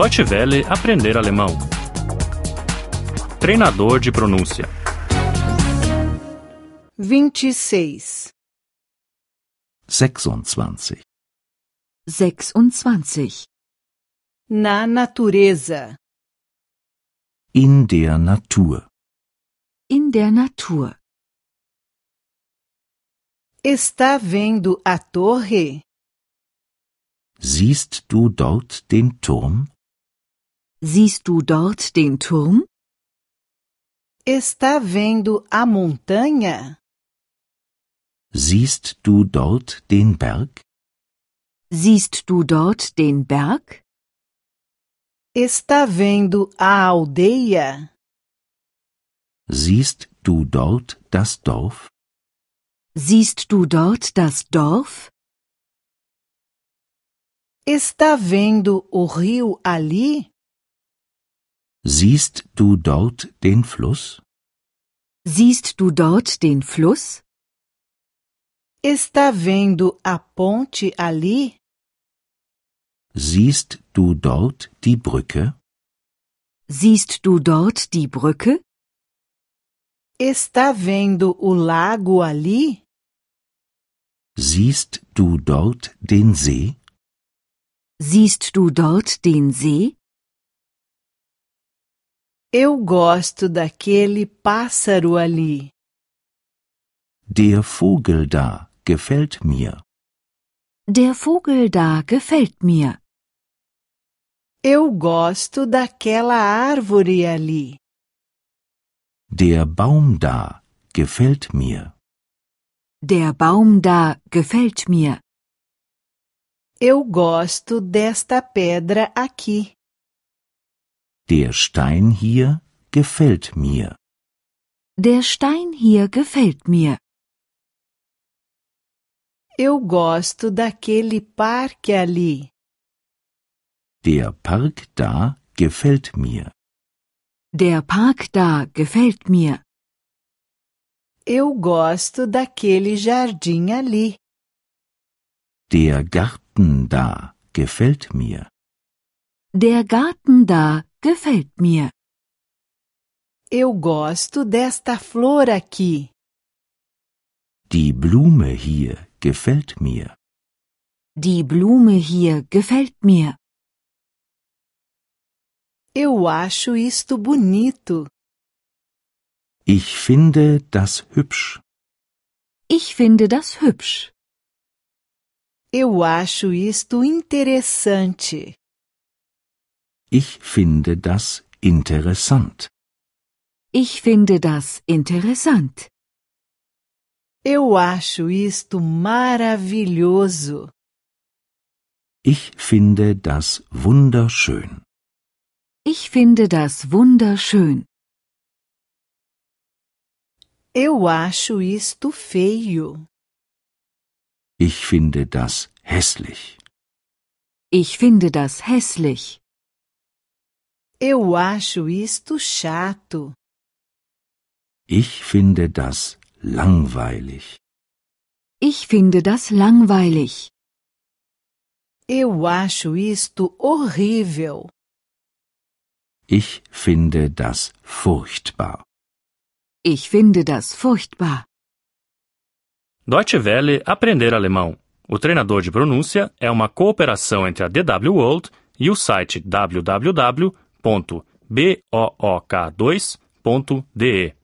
Deutsche Welle aprender alemão. Treinador de pronúncia. 26. 26. 26. Na natureza. In der Natur. In der Natur. Está vendo a torre? Siehst du dort den Turm? Siehst du dort den Turm? Está vendo a montanha? Siehst du dort den Berg? Siehst du dort den Berg? Está vendo a aldeia? Siehst du dort das Dorf? Siehst du dort das Dorf? Está vendo o rio ali? Siehst du dort den Fluss? Siehst du dort den Fluss? Está vendo a ponte ali? Siehst du dort die Brücke? Siehst du dort die Brücke? Está vendo o lago ali? Siehst du dort den See? Siehst du dort den See? Eu gosto daquele pássaro ali. Der Vogel da gefällt mir. Der Vogel da gefällt mir. Eu gosto daquela árvore ali. Der Baum da gefällt mir. Der Baum da gefällt mir. Eu gosto desta pedra aqui. Der Stein hier gefällt mir. Der Stein hier gefällt mir. Eu gosto daquele parque ali. Der Park da gefällt mir. Der Park da gefällt mir. Eu gosto daquele jardim ali. Der Garten da gefällt mir. Der Garten da gefällt mir. Eu gosto desta flor aqui. Die Blume hier gefällt mir. Die Blume hier gefällt mir. Eu acho isto bonito. Ich finde das hübsch. Ich finde das hübsch. Eu acho isto interessante. Ich finde das interessant. Ich finde das interessant. Eu acho isto maravilhoso. Ich finde das wunderschön. Ich finde das wunderschön. Eu acho isto feio. Ich finde das hässlich. Ich finde das hässlich. Eu acho isto chato. Ich finde das langweilig. Ich finde das langweilig. Eu acho isto horrível. Ich finde das furchtbar. Ich finde das furchtbar. Deutsche Welle aprender alemão. O treinador de pronúncia é uma cooperação entre a DW World e o site www.book2.de.